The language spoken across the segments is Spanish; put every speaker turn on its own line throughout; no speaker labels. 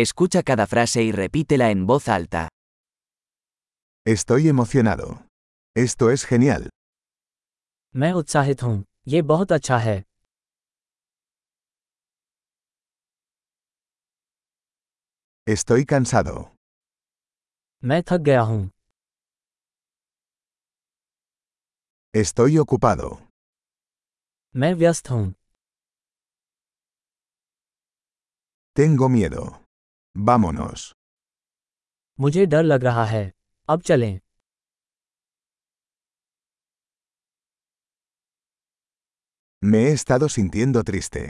Escucha cada frase y repítela en voz alta.
Estoy emocionado. Esto es genial.
मैं उत्साहित हूँ ये बहुत अच्छा है
Estoy cansado.
मैं थक गया हूँ
Estoy ocupado.
मैं व्यस्त हूँ
Tengo miedo. Vámonos.
मुझे डर लग रहा है अब चलें
Me he estado sintiendo triste.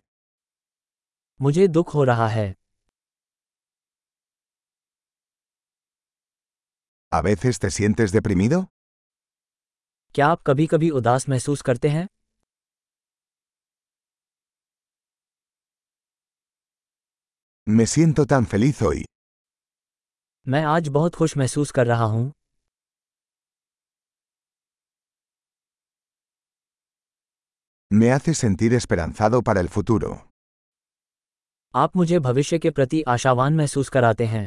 मुझे दुख हो रहा है
¿A veces te sientes deprimido?
क्या आप कभी कभी उदास महसूस करते हैं
Me siento tan feliz hoy.
मैं आज बहुत खुश महसूस कर रहा हूँ
Me hace sentir esperanzado para el futuro.
आप मुझे भविष्य के प्रति आशावान महसूस कराते हैं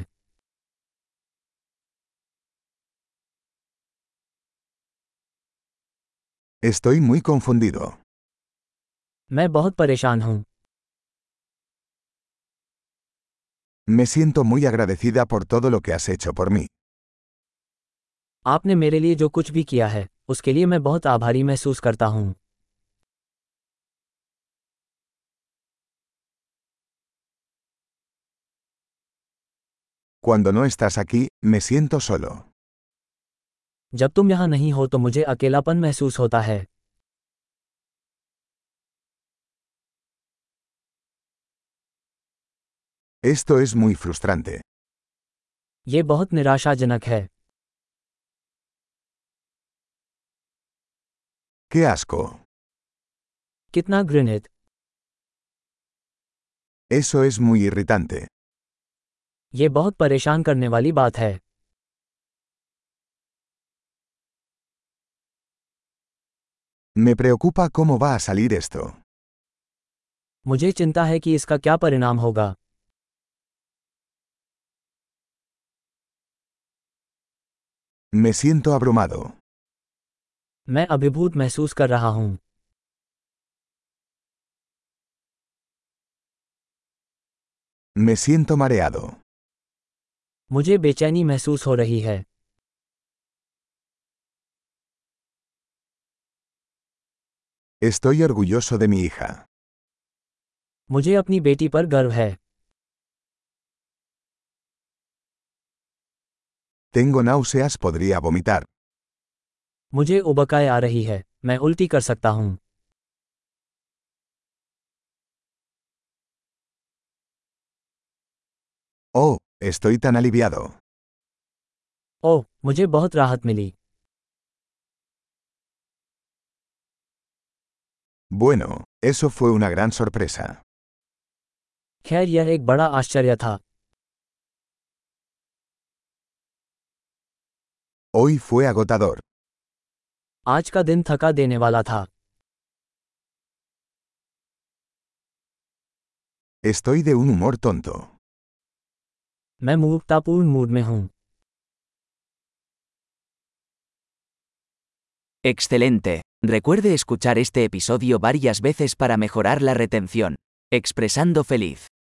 Estoy muy confundido.
मैं बहुत परेशान हूँ
Me siento muy agradecida por todo lo que has hecho por mí.
आपने मेरे लिए जो कुछ भी किया है उसके लिए मैं बहुत आभारी महसूस करता हूँ
Cuando no estás aquí, me siento solo.
जब तुम यहाँ नहीं हो तो मुझे अकेलापन महसूस होता है
Esto es muy frustrante.
ये बहुत निराशाजनक है
¡Qué asco!
कितना घृणित
Eso es muy irritante.
ये बहुत परेशान करने वाली बात है
Me preocupa cómo va a salir esto.
मुझे चिंता है कि इसका क्या परिणाम होगा
Me siento abrumado.
मैं अभिभूत महसूस कर रहा हूँ
Me siento mareado.
मुझे बेचैनी महसूस हो रही है
Estoy orgulloso de mi hija.
मुझे अपनी बेटी पर गर्व है
Tengo náuseas, podría vomitar.
मुझे उबकाई आ रही है मैं उल्टी कर सकता हूँ
Oh, estoy tan aliviado.
ओह मुझे बहुत राहत मिली
Bueno, eso fue una gran sorpresa.
खैर यह एक बड़ा आश्चर्य था
Hoy fue agotador.
आज का दिन थका देने वाला था
Estoy de un humor tonto.
मैं मूर्खतापूर्ण मूड में हूँ
Excelente. Recuerde escuchar este episodio varias veces para mejorar la retención. Expresando feliz.